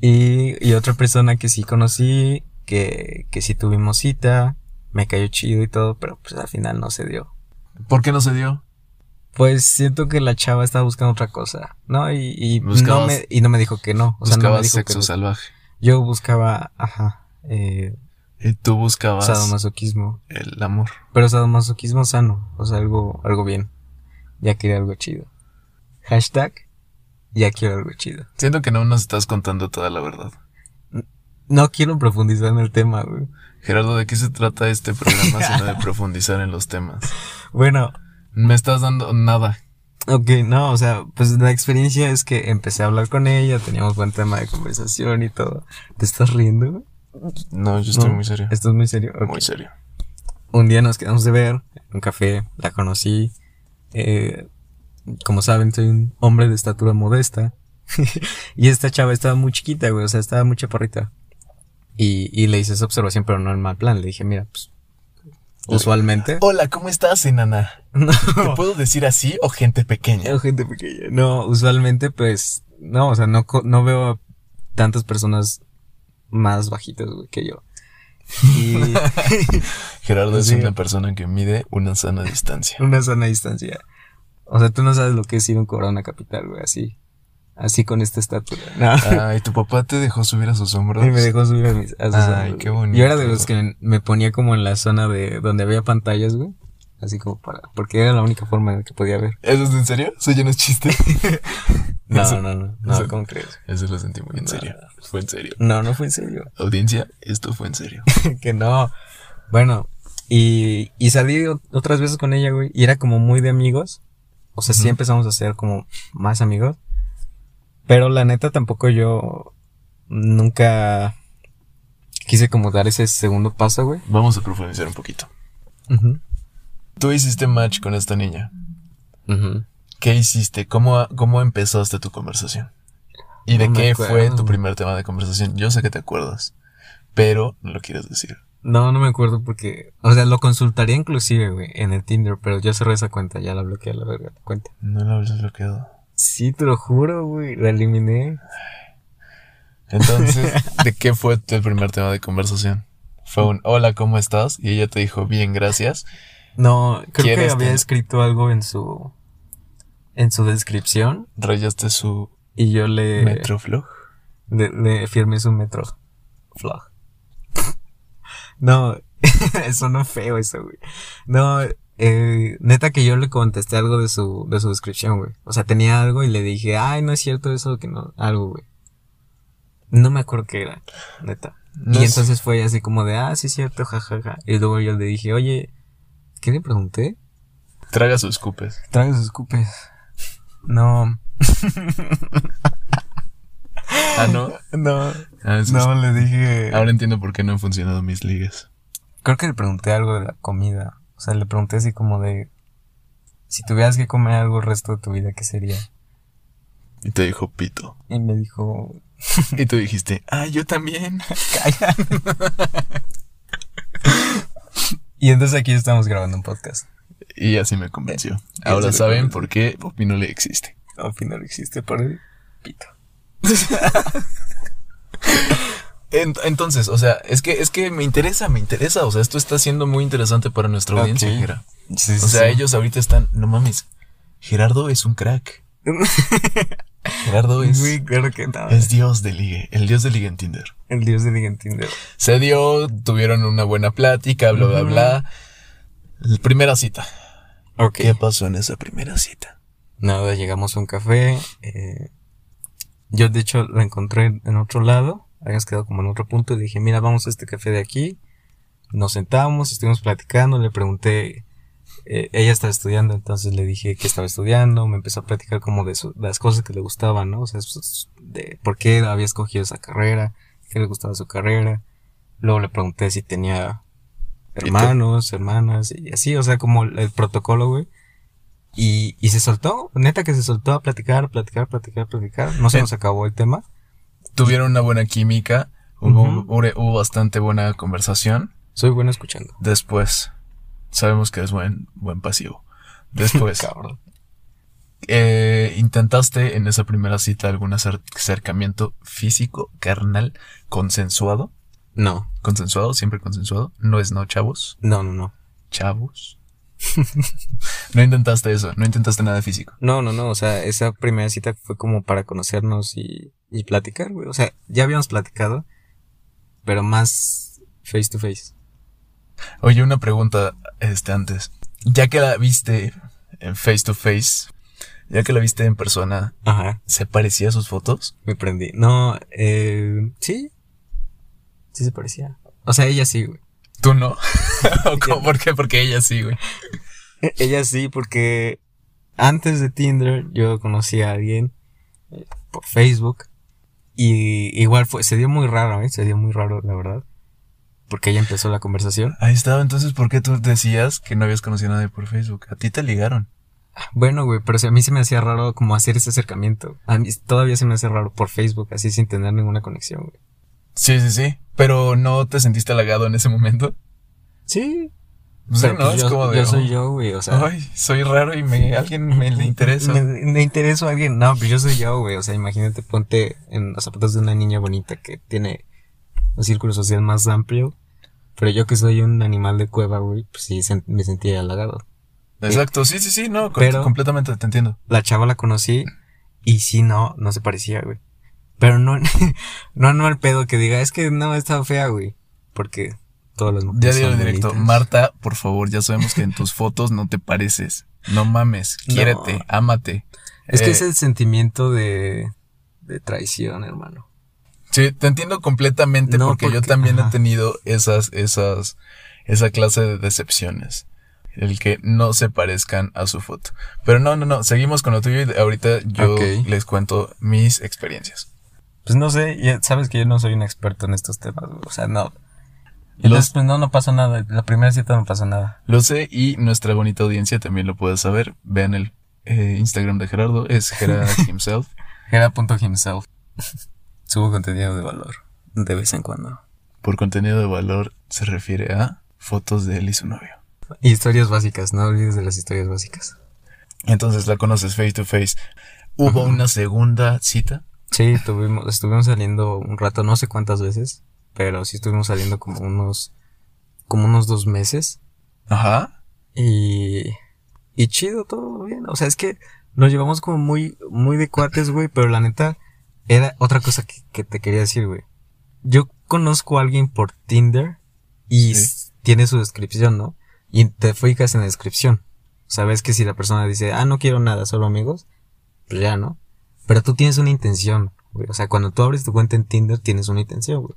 [SPEAKER 2] Y, y otra persona que sí conocí, que, que sí tuvimos cita, me cayó chido y todo, pero pues al final no se dio.
[SPEAKER 1] ¿Por qué no se dio?
[SPEAKER 2] Pues siento que la chava estaba buscando otra cosa, ¿no? Y, y, no,
[SPEAKER 1] Buscabas-
[SPEAKER 2] me, y no me dijo que no. O sea, no me
[SPEAKER 1] buscabas
[SPEAKER 2] dijo
[SPEAKER 1] sexo
[SPEAKER 2] que no.
[SPEAKER 1] salvaje.
[SPEAKER 2] Yo buscaba, ajá, eh,
[SPEAKER 1] Y tú buscabas
[SPEAKER 2] sadomasoquismo.
[SPEAKER 1] el amor.
[SPEAKER 2] Pero sadomasoquismo sano, o sea, algo, algo bien. Ya quería algo chido. Hashtag, ya quiero algo chido.
[SPEAKER 1] Siento que no nos estás contando toda la verdad.
[SPEAKER 2] No quiero profundizar en el tema, güey.
[SPEAKER 1] Gerardo, ¿de qué se trata este programa sino
[SPEAKER 2] <laughs>
[SPEAKER 1] de profundizar en los temas?
[SPEAKER 2] Bueno,
[SPEAKER 1] Me estás dando nada.
[SPEAKER 2] ok, no, o sea, pues la experiencia es que empecé a hablar con ella, teníamos buen tema de conversación y todo. ¿Te estás riendo? güey?
[SPEAKER 1] No, yo estoy
[SPEAKER 2] No,
[SPEAKER 1] muy serio.
[SPEAKER 2] Esto es muy serio. Ok.
[SPEAKER 1] Muy serio.
[SPEAKER 2] Un día nos quedamos de ver, en un café, la conocí. Eh, como saben, soy un hombre de estatura modesta. <laughs> y esta chava estaba muy chiquita, güey, o sea, estaba muy chaparrita. Y, y le hice esa observación, pero no en mal plan. Le dije, mira, pues, usualmente.
[SPEAKER 1] Hola, ¿cómo estás, enana? ¿Te puedo decir así o gente pequeña?
[SPEAKER 2] Eh, <laughs> gente pequeña. No, usualmente, pues, no, o sea, no, co- no veo a tantas personas más bajitas güey, que yo. <laughs> Y
[SPEAKER 1] Gerardo es
[SPEAKER 2] Sí.
[SPEAKER 1] una persona que mide una sana
[SPEAKER 2] <laughs>
[SPEAKER 1] distancia.
[SPEAKER 2] una sana distancia. O sea, tú no sabes lo que es ir a un corona capital, güey, así. Así con esta estatura. No.
[SPEAKER 1] Ay, tu papá te dejó subir a sus hombros.
[SPEAKER 2] <laughs> Y me dejó subir a mis. a sus
[SPEAKER 1] Ay,
[SPEAKER 2] hombros,
[SPEAKER 1] qué
[SPEAKER 2] güey.
[SPEAKER 1] bonito.
[SPEAKER 2] Yo era de los que me ponía como en la zona de donde había pantallas, güey. Así como para. Porque era la única forma en la que podía ver.
[SPEAKER 1] ¿Eso es en serio? ¿Eso ya no es
[SPEAKER 2] <laughs>
[SPEAKER 1] chiste?
[SPEAKER 2] No, <laughs>
[SPEAKER 1] Eso-
[SPEAKER 2] no, no. No,
[SPEAKER 1] eso-
[SPEAKER 2] ¿cómo crees?
[SPEAKER 1] Eso lo sentí muy en serio. Fue en serio.
[SPEAKER 2] No, no fue en serio.
[SPEAKER 1] Audiencia, esto fue en serio.
[SPEAKER 2] que no. Bueno, y, y salí o- otras veces con ella, güey. Y era como muy de amigos. O sea, sí empezamos a ser como más amigos. Pero la neta tampoco yo nunca quise como dar ese segundo paso, güey.
[SPEAKER 1] Vamos a profundizar un poquito.
[SPEAKER 2] Ujú.
[SPEAKER 1] Tú hiciste match con esta niña. ¿Qué hiciste? ¿Cómo, cómo empezaste tu conversación? ¿Y de
[SPEAKER 2] No me
[SPEAKER 1] qué
[SPEAKER 2] acuerdo.
[SPEAKER 1] fue tu primer tema de conversación? Yo sé que te acuerdas, pero no lo quieres decir.
[SPEAKER 2] No, no me acuerdo porque... O sea, lo consultaría inclusive, güey, en el Tinder. Pero ya cerré esa cuenta, ya la bloqueé a la verga la cuenta.
[SPEAKER 1] No lo habías bloqueado.
[SPEAKER 2] Sí, te lo juro, güey. La eliminé.
[SPEAKER 1] <laughs> Entonces, ¿de qué fue el primer tema de conversación? Fue un hola, ¿cómo estás? Y ella te dijo, bien, gracias.
[SPEAKER 2] No, creo que
[SPEAKER 1] ¿Quieres
[SPEAKER 2] había
[SPEAKER 1] tener-
[SPEAKER 2] escrito algo en su en su descripción
[SPEAKER 1] Rayaste su
[SPEAKER 2] y yo
[SPEAKER 1] Eh,
[SPEAKER 2] le
[SPEAKER 1] metroflog.
[SPEAKER 2] le- le firmé su metro flag. <laughs> no, <laughs> eso no feo eso, güey. No, eh, neta que yo le contesté algo de su de su descripción, güey. O sea, tenía algo y le dije, "Ay, no es cierto eso que no algo, güey." No me acuerdo qué era, neta.
[SPEAKER 1] No
[SPEAKER 2] y
[SPEAKER 1] sé.
[SPEAKER 2] entonces fue así como de, "Ah, sí es cierto, jajaja." Y luego yo le dije, "Oye, ¿qué le pregunté?"
[SPEAKER 1] Traga sus cupes.
[SPEAKER 2] Traga sus cupes. No.
[SPEAKER 1] Ah, no.
[SPEAKER 2] No.
[SPEAKER 1] Ah, eso
[SPEAKER 2] No, le dije.
[SPEAKER 1] es- Ahora entiendo por qué no han funcionado mis ligas.
[SPEAKER 2] Creo que le pregunté algo de la comida. O sea, le pregunté así como de. Si tuvieras que comer algo el resto de tu vida, ¿qué sería?
[SPEAKER 1] Y te dijo <laughs> pito.
[SPEAKER 2] Y me dijo.
[SPEAKER 1] Y tú dijiste, ah, yo también. <laughs>
[SPEAKER 2] "Cállate". y entonces aquí estamos grabando un podcast.
[SPEAKER 1] Y así me convenció.
[SPEAKER 2] Y
[SPEAKER 1] Ahora
[SPEAKER 2] así me
[SPEAKER 1] saben
[SPEAKER 2] convenció.
[SPEAKER 1] por qué Opinole existe.
[SPEAKER 2] Al final existe por el pito.
[SPEAKER 1] En- entonces, o sea, es que, es que me interesa, me interesa. O sea, esto está siendo muy interesante para nuestra audiencia,
[SPEAKER 2] Ok.
[SPEAKER 1] Jera.
[SPEAKER 2] Sí, sí,
[SPEAKER 1] O sea,
[SPEAKER 2] sí.
[SPEAKER 1] ellos ahorita están, no mames, Gerardo es un crack.
[SPEAKER 2] <laughs>
[SPEAKER 1] Gerardo es,
[SPEAKER 2] Güey, claro que no.
[SPEAKER 1] es dios de ligue, el dios de ligue en Tinder.
[SPEAKER 2] El dios de Liga en Tinder.
[SPEAKER 1] Se dio, tuvieron una buena plática, bla, bla,
[SPEAKER 2] Ujú.
[SPEAKER 1] bla. La primera cita.
[SPEAKER 2] Ok.
[SPEAKER 1] ¿Qué pasó en esa primera cita?
[SPEAKER 2] Nada, llegamos a un café. eh, yo, de hecho, la encontré en otro lado. Habíamos quedado como en otro punto. Y dije, mira, vamos a este café de aquí. Nos sentamos, estuvimos platicando. Le pregunté, eh, ella estaba estudiando, entonces le dije que estaba estudiando. Me empezó a platicar como de su- las cosas que le gustaban, ¿no? O sea, sus- de por qué había escogido esa carrera, qué le gustaba su carrera. Luego le pregunté si tenía
[SPEAKER 1] ¿Y tú?
[SPEAKER 2] hermanos, hermanas, y así, o sea, como el, el protocolo, güey. Y, y se soltó, neta que se soltó a platicar, platicar, platicar, platicar. No se
[SPEAKER 1] Eh.
[SPEAKER 2] nos acabó el tema.
[SPEAKER 1] Tuvieron una buena química, hubo,
[SPEAKER 2] Ujú.
[SPEAKER 1] hubo- hubo bastante buena conversación.
[SPEAKER 2] Soy bueno escuchando.
[SPEAKER 1] Después, sabemos que es buen, buen pasivo. Después,
[SPEAKER 2] <laughs> Cabrón.
[SPEAKER 1] eh, ¿intentaste en esa primera cita algún acer- acercamiento físico, carnal, consensuado?
[SPEAKER 2] No,
[SPEAKER 1] Consensuado, siempre consensuado. No es no, chavos.
[SPEAKER 2] no, no, no.
[SPEAKER 1] Chavos. no intentaste eso, no intentaste nada físico.
[SPEAKER 2] No, no, no. O sea, esa primera cita fue como para conocernos y, y platicar, güey. O sea, ya habíamos platicado, pero más face to face.
[SPEAKER 1] Oye, una pregunta este antes. Ya que la viste en face to face, ya que la viste en persona,
[SPEAKER 2] Ajá,
[SPEAKER 1] ¿se parecía a sus fotos?
[SPEAKER 2] me prendí. No, eh, sí. Sí se parecía. O sea, ella sí, güey.
[SPEAKER 1] Tú no. <laughs> ¿O cómo? ¿Por qué? Porque ella sí, güey.
[SPEAKER 2] Ella sí, porque antes de Tinder yo conocí a alguien eh, por Facebook. Y igual fue, se dio muy raro, ¿eh? Se dio muy raro, la verdad. Porque ella empezó la conversación.
[SPEAKER 1] Ahí estaba, entonces, ¿por qué tú decías que no habías conocido a nadie por Facebook? A ti te ligaron.
[SPEAKER 2] Bueno, güey, pero si a mí se me hacía raro como hacer ese acercamiento. A mí todavía se me hace raro por Facebook, así sin tener ninguna conexión, güey.
[SPEAKER 1] Sí, sí, sí. Pero no te sentiste halagado en ese momento.
[SPEAKER 2] Sí,
[SPEAKER 1] Sí,
[SPEAKER 2] pero
[SPEAKER 1] ¿no?
[SPEAKER 2] pues
[SPEAKER 1] es
[SPEAKER 2] yo,
[SPEAKER 1] como de.
[SPEAKER 2] yo
[SPEAKER 1] "Oh,
[SPEAKER 2] soy yo, güey, o sea.
[SPEAKER 1] Ay, soy raro y me, alguien me le interesa.
[SPEAKER 2] Me, me intereso a alguien. No, pero yo soy yo, güey. O sea, imagínate, ponte en los zapatos de una niña bonita que tiene un círculo social más amplio. Pero yo que soy un animal de cueva, güey, pues sí sen- me sentía halagado.
[SPEAKER 1] Exacto, sí, sí, sí, no, co-
[SPEAKER 2] Pero-
[SPEAKER 1] completamente te entiendo.
[SPEAKER 2] La chava la conocí y sí, no, no se parecía, güey. Pero no, <laughs> no, no al pedo que diga, es que no, está fea, güey. Porque todas las
[SPEAKER 1] Ya
[SPEAKER 2] mujeres.
[SPEAKER 1] digo
[SPEAKER 2] son
[SPEAKER 1] directo,
[SPEAKER 2] bonitas.
[SPEAKER 1] Marta, por favor, ya sabemos que en tus fotos no te pareces. No mames,
[SPEAKER 2] No.
[SPEAKER 1] quiérete, ámate.
[SPEAKER 2] Es que
[SPEAKER 1] Eh,
[SPEAKER 2] es el sentimiento de, de traición, hermano.
[SPEAKER 1] Sí, te entiendo completamente
[SPEAKER 2] No,
[SPEAKER 1] porque, yo
[SPEAKER 2] porque-
[SPEAKER 1] también
[SPEAKER 2] ajá.
[SPEAKER 1] he tenido esas, esas, esa clase de decepciones. El que no se parezcan a su foto. Pero no, no, no, seguimos con lo tuyo y ahorita yo
[SPEAKER 2] Ok.
[SPEAKER 1] les cuento mis experiencias.
[SPEAKER 2] Pues no sé, ya sabes que yo no soy un experto en estos temas, güey. o sea, no.
[SPEAKER 1] Los-
[SPEAKER 2] Entonces, pues no, no pasa nada. La primera cita no pasa nada.
[SPEAKER 1] Lo sé y nuestra bonita audiencia también lo puede saber. Vean el eh, Instagram de Gerardo, es
[SPEAKER 2] <laughs>
[SPEAKER 1] Gerard himself.
[SPEAKER 2] Gera.himself. <laughs> Subo contenido de valor. De vez en cuando.
[SPEAKER 1] Por contenido de valor se refiere a fotos de él y su novio.
[SPEAKER 2] Historias básicas, no olvides de las historias básicas.
[SPEAKER 1] Entonces la conoces face to face. Hubo
[SPEAKER 2] Ajá.
[SPEAKER 1] una segunda cita.
[SPEAKER 2] Sí, tuvimos, estuvimos saliendo un rato, no sé cuántas veces. pero sí estuvimos saliendo como unos, como unos dos meses.
[SPEAKER 1] Ajá.
[SPEAKER 2] Y, y chido, todo bien. O sea, es que nos llevamos como muy, muy de cuates, güey, pero la neta era otra cosa que, que te quería decir, güey. Yo conozco a alguien por Tinder y
[SPEAKER 1] Sí.
[SPEAKER 2] s- tiene su descripción, ¿no? Y te fijas en la descripción. Sabes que si la persona dice, ah, no quiero nada, solo amigos, pues ya, ¿no? Pero tú tienes una intención, güey. O sea, cuando tú abres tu cuenta en Tinder, tienes una intención, güey.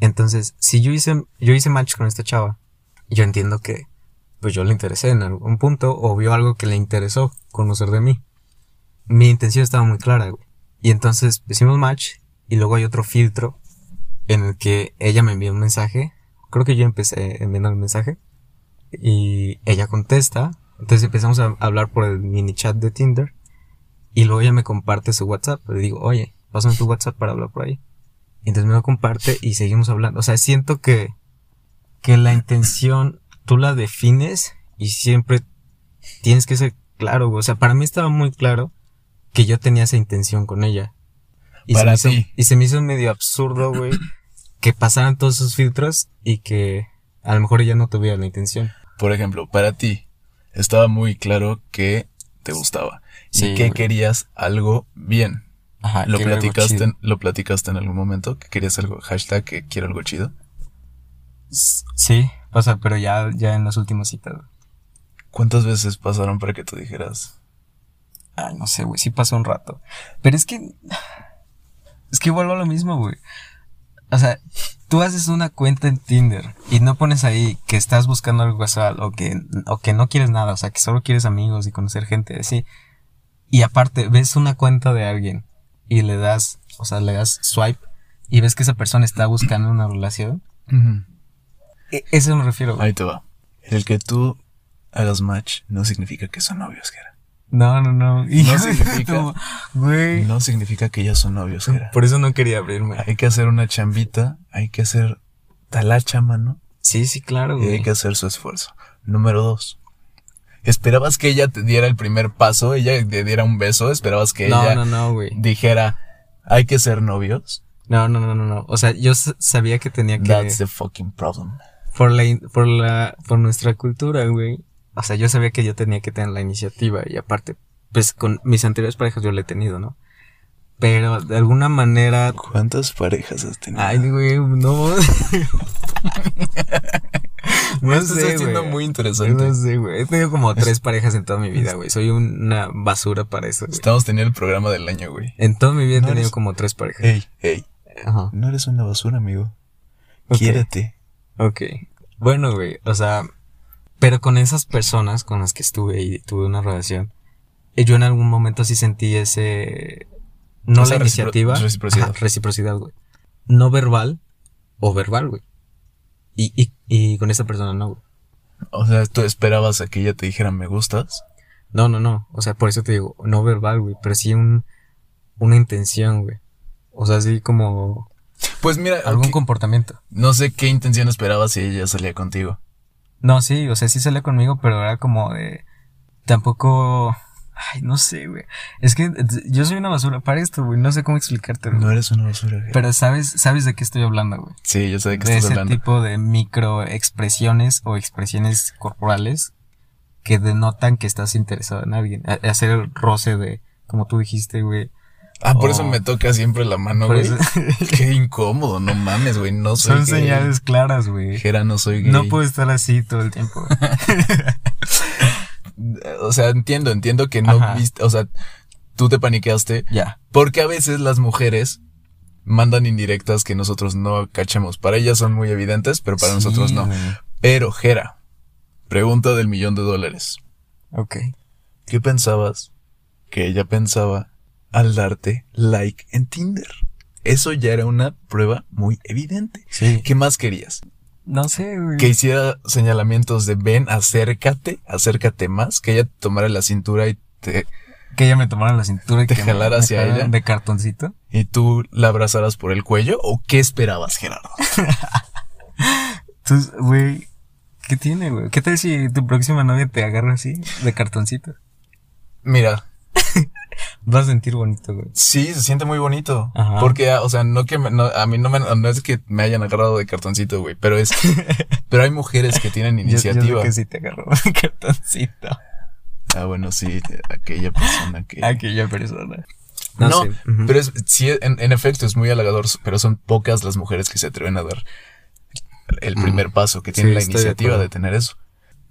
[SPEAKER 2] Entonces, si yo hice, yo hice match con esta chava, yo entiendo que, pues yo le interesé en algún punto o vio algo que le interesó conocer de mí. Mi intención estaba muy clara, güey. Y entonces hicimos match y luego hay otro filtro en el que ella me envía un mensaje. Creo que yo empecé enviando el mensaje y ella contesta. Entonces empezamos a hablar por el mini chat de Tinder y luego ella me comparte su WhatsApp. Le digo, oye, pásame tu WhatsApp para hablar por ahí. Y entonces me lo comparte y seguimos hablando. O sea, siento que, que la intención tú la defines y siempre tienes que ser claro. güey. O sea, para mí estaba muy claro que yo tenía esa intención con ella. Y
[SPEAKER 1] Para
[SPEAKER 2] se me hizo,
[SPEAKER 1] ti.
[SPEAKER 2] y se me hizo medio absurdo, güey, que pasaran todos esos filtros y que a lo mejor ella no tuviera la intención.
[SPEAKER 1] Por ejemplo, para ti, estaba muy claro que te gustaba
[SPEAKER 2] Sí, Ah,
[SPEAKER 1] y que
[SPEAKER 2] güey.
[SPEAKER 1] querías algo bien.
[SPEAKER 2] Ajá,
[SPEAKER 1] ¿Lo platicaste, en, ¿Lo platicaste en algún momento? ¿Que querías algo? Hashtag que quiero algo chido.
[SPEAKER 2] Sí, o sea, pero ya, ya en las últimas citas. güey.
[SPEAKER 1] ¿Cuántas veces pasaron para que tú dijeras?
[SPEAKER 2] Ay, Ah, no sé, güey, sí pasó un rato. Pero es que. Es que vuelvo a lo mismo, güey. O sea, tú haces una cuenta en Tinder y no pones ahí que estás buscando algo casual o que, o que no quieres nada, o sea, que solo quieres amigos y conocer gente, así. Y aparte, ves una cuenta de alguien y le das, o sea, le das swipe y ves que esa persona está buscando una relación.
[SPEAKER 1] Eh,
[SPEAKER 2] E- Eso me refiero, güey.
[SPEAKER 1] Ahí te va. El que tú hagas match no significa que son novios, Gera.
[SPEAKER 2] No, no, no. Hijo de
[SPEAKER 1] significa-
[SPEAKER 2] tu- Güey.
[SPEAKER 1] No significa que ya son novios, Gera.
[SPEAKER 2] Por eso no quería abrirme.
[SPEAKER 1] Hay que hacer una chambita, hay que hacer talacha, mano,
[SPEAKER 2] Sí, sí, claro,
[SPEAKER 1] y
[SPEAKER 2] güey.
[SPEAKER 1] hay que hacer su esfuerzo. Número dos. ¿Esperabas que ella te diera el primer paso? ¿Ella te diera un beso? ¿Esperabas que
[SPEAKER 2] No,
[SPEAKER 1] ella
[SPEAKER 2] no, no, güey.
[SPEAKER 1] dijera, hay que ser novios?
[SPEAKER 2] No, no, no, no, no. O sea, yo s- sabía que tenía que.
[SPEAKER 1] That's the fucking problem.
[SPEAKER 2] Por la, in- por la, por nuestra cultura, güey. O sea, yo sabía que yo tenía que tener la iniciativa y aparte, pues con mis anteriores parejas yo la he tenido, ¿no? Pero de alguna manera.
[SPEAKER 1] ¿Cuántas parejas has tenido?
[SPEAKER 2] Ay, güey, no. <laughs>
[SPEAKER 1] Me estás
[SPEAKER 2] sé,
[SPEAKER 1] haciendo
[SPEAKER 2] güey.
[SPEAKER 1] muy interesante.
[SPEAKER 2] No sé, güey. He tenido como tres parejas en toda mi vida, güey. Soy una basura para eso, güey.
[SPEAKER 1] Estamos teniendo el programa del año, güey.
[SPEAKER 2] En toda mi vida he
[SPEAKER 1] No
[SPEAKER 2] tenido
[SPEAKER 1] eres- Eh,
[SPEAKER 2] como tres parejas.
[SPEAKER 1] Ey, ey.
[SPEAKER 2] Ajá.
[SPEAKER 1] No eres una basura, amigo.
[SPEAKER 2] Ok.
[SPEAKER 1] Quiérete.
[SPEAKER 2] Ok. Bueno, güey, o sea, pero con esas personas con las que estuve y tuve una relación, eh, yo en algún momento sí sentí ese... No
[SPEAKER 1] Esa
[SPEAKER 2] la
[SPEAKER 1] recipro-
[SPEAKER 2] iniciativa.
[SPEAKER 1] reciprocidad.
[SPEAKER 2] Ajá, reciprocidad, güey. No verbal o verbal, güey. Y, y, y con esa persona no, güey.
[SPEAKER 1] O sea, tú esperabas a que ella te dijera me gustas.
[SPEAKER 2] No, no, no. O sea, por eso te digo, no verbal, güey, pero sí un, una intención, güey. O sea, sí como
[SPEAKER 1] Pues mira,
[SPEAKER 2] algún
[SPEAKER 1] ok,
[SPEAKER 2] comportamiento.
[SPEAKER 1] no sé qué intención esperabas si ella salía contigo.
[SPEAKER 2] No, sí, o sea, sí salía conmigo, pero era como de. Tampoco. Ay, no sé, güey. Es que eh, yo soy una basura para esto, güey. No sé cómo explicártelo.
[SPEAKER 1] No eres una basura. güey.
[SPEAKER 2] Pero sabes, sabes de qué estoy hablando, güey.
[SPEAKER 1] sí, yo sé de qué
[SPEAKER 2] De
[SPEAKER 1] estás
[SPEAKER 2] ese
[SPEAKER 1] hablando.
[SPEAKER 2] tipo de microexpresiones o expresiones corporales que denotan que estás interesado en alguien. A- hacer el roce de, como tú dijiste, güey.
[SPEAKER 1] Ah, por
[SPEAKER 2] Oh.
[SPEAKER 1] eso me toca siempre la mano,
[SPEAKER 2] Por
[SPEAKER 1] güey.
[SPEAKER 2] eso-
[SPEAKER 1] <laughs>
[SPEAKER 2] <laughs>
[SPEAKER 1] Qué incómodo, no mames, güey. No soy
[SPEAKER 2] Son
[SPEAKER 1] gay.
[SPEAKER 2] señales claras, güey.
[SPEAKER 1] Jera, no soy gay.
[SPEAKER 2] No puedo estar así todo el tiempo.
[SPEAKER 1] <laughs>
[SPEAKER 2] güey.
[SPEAKER 1] O sea, entiendo, entiendo que no
[SPEAKER 2] Ajá.
[SPEAKER 1] viste. O sea, tú te paniqueaste.
[SPEAKER 2] ya.
[SPEAKER 1] Porque a veces las mujeres mandan indirectas que nosotros no cachemos. Para ellas son muy evidentes, pero para
[SPEAKER 2] Sí,
[SPEAKER 1] nosotros no.
[SPEAKER 2] güey.
[SPEAKER 1] Pero, Jera, pregunta del millón de dólares.
[SPEAKER 2] Ok.
[SPEAKER 1] ¿Qué pensabas que ella pensaba al darte like en Tinder? Eso ya era una prueba muy evidente.
[SPEAKER 2] Sí.
[SPEAKER 1] ¿Qué más querías?
[SPEAKER 2] No sé, güey.
[SPEAKER 1] Que hiciera señalamientos de ven, acércate, acércate más, que ella te tomara la cintura y te
[SPEAKER 2] Que ella me tomara la cintura y
[SPEAKER 1] Te
[SPEAKER 2] que me-
[SPEAKER 1] jalara
[SPEAKER 2] me
[SPEAKER 1] hacia
[SPEAKER 2] jalaran
[SPEAKER 1] ella.
[SPEAKER 2] De cartoncito.
[SPEAKER 1] y tú la abrazaras por el cuello o qué esperabas, Gerardo?
[SPEAKER 2] Entonces, güey, ¿qué tiene, güey? ¿Qué tal si tu próxima novia te agarra así, de cartoncito?
[SPEAKER 1] Mira,
[SPEAKER 2] Vas a sentir bonito, güey.
[SPEAKER 1] Sí, se siente muy bonito.
[SPEAKER 2] Ajá.
[SPEAKER 1] Porque, ah, o sea, no que me- no- a mí no, me, no es que me hayan agarrado de cartoncito, güey, pero
[SPEAKER 2] <laughs>
[SPEAKER 1] es pero hay mujeres que tienen
[SPEAKER 2] Yo- Yo,
[SPEAKER 1] iniciativa.
[SPEAKER 2] sé que sí te agarró <laughs> un cartoncito.
[SPEAKER 1] Ah, bueno, sí, aquella persona que
[SPEAKER 2] Aquella persona.
[SPEAKER 1] No,
[SPEAKER 2] Ah, sé. Ujú.
[SPEAKER 1] pero es, sí, en, en efecto es muy halagador, pero son pocas las mujeres que se atreven a dar el primer paso, que tienen
[SPEAKER 2] Sí,
[SPEAKER 1] la
[SPEAKER 2] estoy de
[SPEAKER 1] iniciativa de,
[SPEAKER 2] acuerdo.
[SPEAKER 1] tener eso.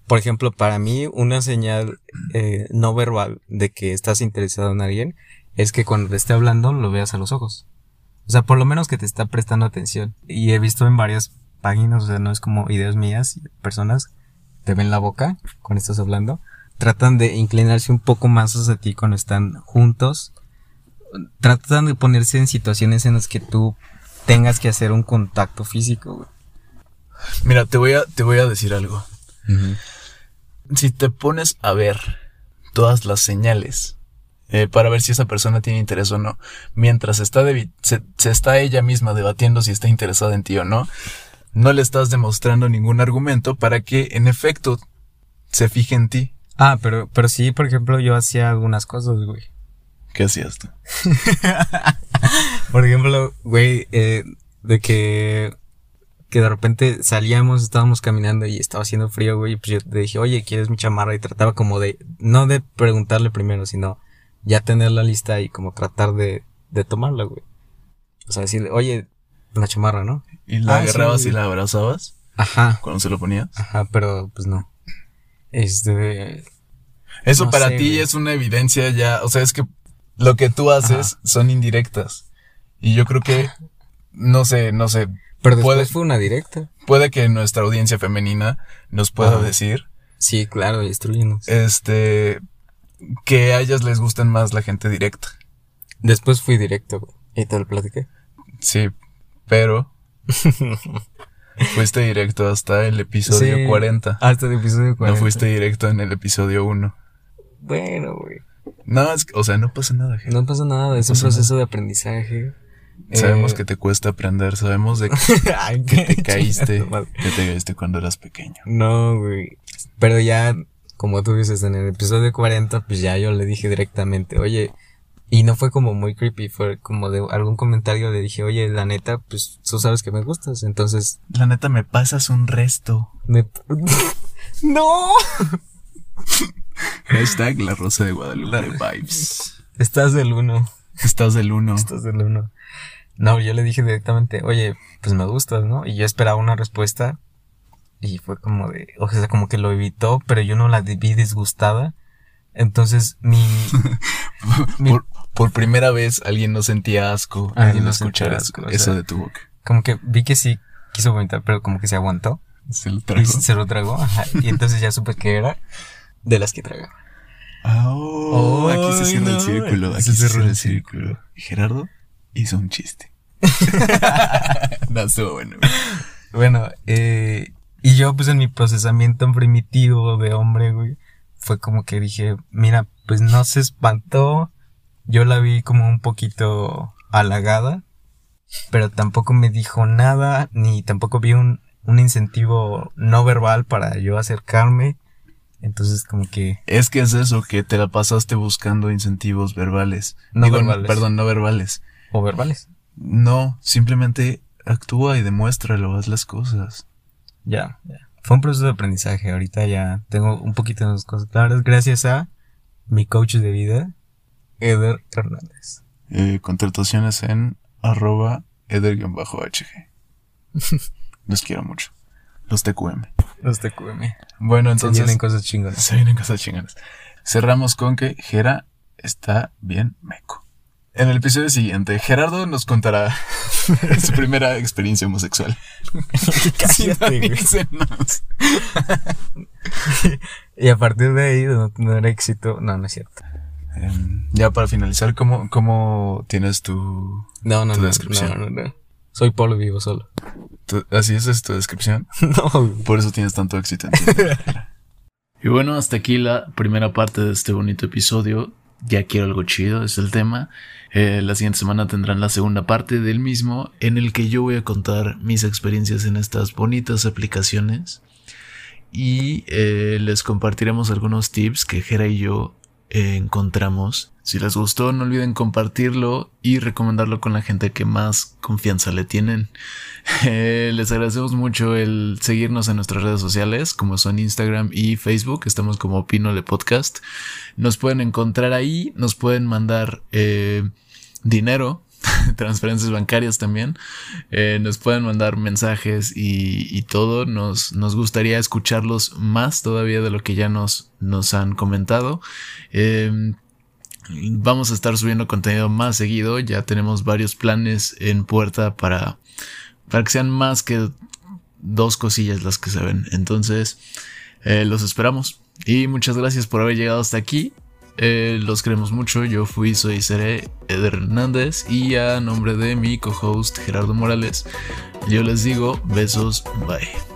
[SPEAKER 2] Por ejemplo, para mí una señal eh, no verbal de que estás interesado en alguien es que cuando te esté hablando lo veas a los ojos. O sea, por lo menos que te está prestando atención. Y he visto en varias páginas, o sea, no es como ideas mías, personas te ven la boca cuando estás hablando, tratan de inclinarse un poco más hacia ti cuando están juntos, tratan de ponerse en situaciones en las que tú tengas que hacer un contacto físico. güey.
[SPEAKER 1] Mira, te voy a, te voy a decir algo. Si te pones a ver todas las señales eh, para ver si esa persona tiene interés o no, mientras está debi- se, se está ella misma debatiendo si está interesada en ti o no, no le estás demostrando ningún argumento para que en efecto se fije en ti.
[SPEAKER 2] Ah, pero, pero sí, por ejemplo, yo hacía algunas cosas, güey.
[SPEAKER 1] ¿Qué hacías tú?
[SPEAKER 2] Por ejemplo, güey, eh, de que, que de repente salíamos, estábamos caminando y estaba haciendo frío, güey, y pues yo te dije, oye, ¿quieres mi chamarra? Y trataba como de, no de preguntarle primero, sino ya tener la lista y como tratar de, de tomarla, güey. O sea, decirle, oye, una chamarra, ¿no?
[SPEAKER 1] ¿Y la
[SPEAKER 2] Ah,
[SPEAKER 1] agarrabas
[SPEAKER 2] sí.
[SPEAKER 1] y la abrazabas
[SPEAKER 2] Ajá,
[SPEAKER 1] cuando se lo ponías?
[SPEAKER 2] ajá, pero pues no. Este,
[SPEAKER 1] Eso
[SPEAKER 2] No
[SPEAKER 1] para
[SPEAKER 2] sé,
[SPEAKER 1] ti
[SPEAKER 2] güey.
[SPEAKER 1] es una evidencia ya, o sea, es que lo que tú haces son indirectas. Y yo creo que, no sé, no sé,
[SPEAKER 2] pero después
[SPEAKER 1] Puede-
[SPEAKER 2] fue una directa.
[SPEAKER 1] puede que nuestra audiencia femenina nos pueda
[SPEAKER 2] Ajá.
[SPEAKER 1] decir,
[SPEAKER 2] Sí, claro, destruyenos.
[SPEAKER 1] este, que a ellas les gustan más la gente directa.
[SPEAKER 2] Después fui directo, güey, y te lo platiqué.
[SPEAKER 1] Sí, pero <laughs> fuiste directo hasta el episodio
[SPEAKER 2] Sí,
[SPEAKER 1] 40.
[SPEAKER 2] Hasta el episodio 40.
[SPEAKER 1] No fuiste directo en el episodio 1.
[SPEAKER 2] Bueno, güey.
[SPEAKER 1] No, es que- o sea, no pasa nada, gente.
[SPEAKER 2] No pasa nada, es un
[SPEAKER 1] pasa
[SPEAKER 2] proceso de aprendizaje.
[SPEAKER 1] Sabemos
[SPEAKER 2] Eh,
[SPEAKER 1] que te cuesta aprender, sabemos <laughs> de
[SPEAKER 2] <laughs> Ay,
[SPEAKER 1] que te
[SPEAKER 2] qué
[SPEAKER 1] caíste,
[SPEAKER 2] chingada madre.
[SPEAKER 1] que te caíste cuando eras pequeño.
[SPEAKER 2] No, güey. Pero ya, como tú dices, en el episodio 40, pues ya yo le dije directamente, oye, y no fue como muy creepy, fue como de algún comentario le dije, oye, la neta, pues tú sabes que me gustas, entonces
[SPEAKER 1] La neta, me pasas un resto.
[SPEAKER 2] me... <laughs> no.
[SPEAKER 1] Hashtag la rosa de Guadalupe vibes.
[SPEAKER 2] Estás del uno.
[SPEAKER 1] Estás del uno.
[SPEAKER 2] Estás del uno. No, yo le dije directamente, oye, pues me gustas, ¿no? Y yo esperaba una respuesta y fue como de, o sea, como que lo evitó, pero yo no la vi disgustada. Entonces, mi... mi-
[SPEAKER 1] Por, por primera vez alguien no sentía asco.
[SPEAKER 2] Alguien
[SPEAKER 1] alguien no
[SPEAKER 2] no sentía
[SPEAKER 1] escuchara
[SPEAKER 2] asco, o
[SPEAKER 1] eso
[SPEAKER 2] sea.
[SPEAKER 1] de tu boca.
[SPEAKER 2] como que vi que sí quiso vomitar, pero como que se aguantó
[SPEAKER 1] Se lo
[SPEAKER 2] y
[SPEAKER 1] trajo.
[SPEAKER 2] se lo tragó. ajá, y entonces ya supe que era de las que tragaba.
[SPEAKER 1] Ah, Oh, aquí se
[SPEAKER 2] Ay,
[SPEAKER 1] cierra el
[SPEAKER 2] no,
[SPEAKER 1] círculo. Aquí se, cierra el círculo. Y Gerardo hizo un
[SPEAKER 2] <laughs>
[SPEAKER 1] chiste. no, estuvo bueno. güey.
[SPEAKER 2] Bueno, eh, y yo pues en mi procesamiento primitivo de hombre, güey, fue como que dije, mira, pues no se espantó, yo la vi como un poquito halagada, pero tampoco me dijo nada, ni tampoco vi un, un incentivo no verbal para yo acercarme, entonces como que...
[SPEAKER 1] Es que es eso, que te la pasaste buscando incentivos verbales.
[SPEAKER 2] No
[SPEAKER 1] Digo,
[SPEAKER 2] verbales.
[SPEAKER 1] Perdón, no verbales.
[SPEAKER 2] O verbales.
[SPEAKER 1] No, simplemente actúa y demuéstralo, haz las cosas.
[SPEAKER 2] Ya, ya. Fue un proceso de aprendizaje. Ahorita ya tengo un poquito de las cosas claras. Gracias a mi coach de vida, Eder Hernández.
[SPEAKER 1] Eh, contrataciones en arroba <laughs> eder-hg. Los quiero mucho. Los TQM.
[SPEAKER 2] Los TQM.
[SPEAKER 1] Bueno,
[SPEAKER 2] Entonces,
[SPEAKER 1] entonces...
[SPEAKER 2] tienen cosas chingonas.
[SPEAKER 1] Se vienen cosas chingadas. Cerramos con que Gera está bien meco. En el episodio siguiente, Gerardo nos contará <laughs> su primera experiencia <laughs> homosexual.
[SPEAKER 2] Cállate, güey.
[SPEAKER 1] Sintonícenos.
[SPEAKER 2] Y a partir de ahí, de no tener éxito. No, no es cierto.
[SPEAKER 1] Em, ya para finalizar, ¿cómo, cómo tienes tu,
[SPEAKER 2] No, no,
[SPEAKER 1] Tu
[SPEAKER 2] no,
[SPEAKER 1] descripción.
[SPEAKER 2] no, no, no. Soy Polo vivo solo.
[SPEAKER 1] tu- Así es, es tu descripción.
[SPEAKER 2] <laughs> no,
[SPEAKER 1] Por eso tienes tanto éxito. en Tinder. <laughs> y bueno, hasta aquí la primera parte de este bonito episodio. Ya quiero algo chido, es el tema. Eh, la siguiente semana tendrán la segunda parte del mismo, en el que yo voy a contar mis experiencias en estas bonitas aplicaciones. Y eh, les compartiremos algunos tips que Jera y yo eh, encontramos. Si les gustó, no olviden compartirlo y recomendarlo con la gente que más confianza le tienen. Eh, les agradecemos mucho el seguirnos en nuestras redes sociales, como son Instagram y Facebook. Estamos como Opinole Podcast. Nos pueden encontrar ahí, nos pueden mandar eh, dinero <laughs> transferencias bancarias también. Eh, nos pueden mandar mensajes y, y todo. Nos, nos, gustaría escucharlos más todavía de lo que ya nos, nos han comentado. Eh, vamos a estar subiendo contenido más seguido. Ya tenemos varios planes en puerta para, para que sean más que dos cosillas las que se ven. Entonces, eh, los esperamos. Y muchas gracias por haber llegado hasta aquí. Eh, los queremos mucho. Yo fui, soy, seré Ed Hernández. Y a nombre de mi co-host Gerardo Morales, yo les digo besos, bye.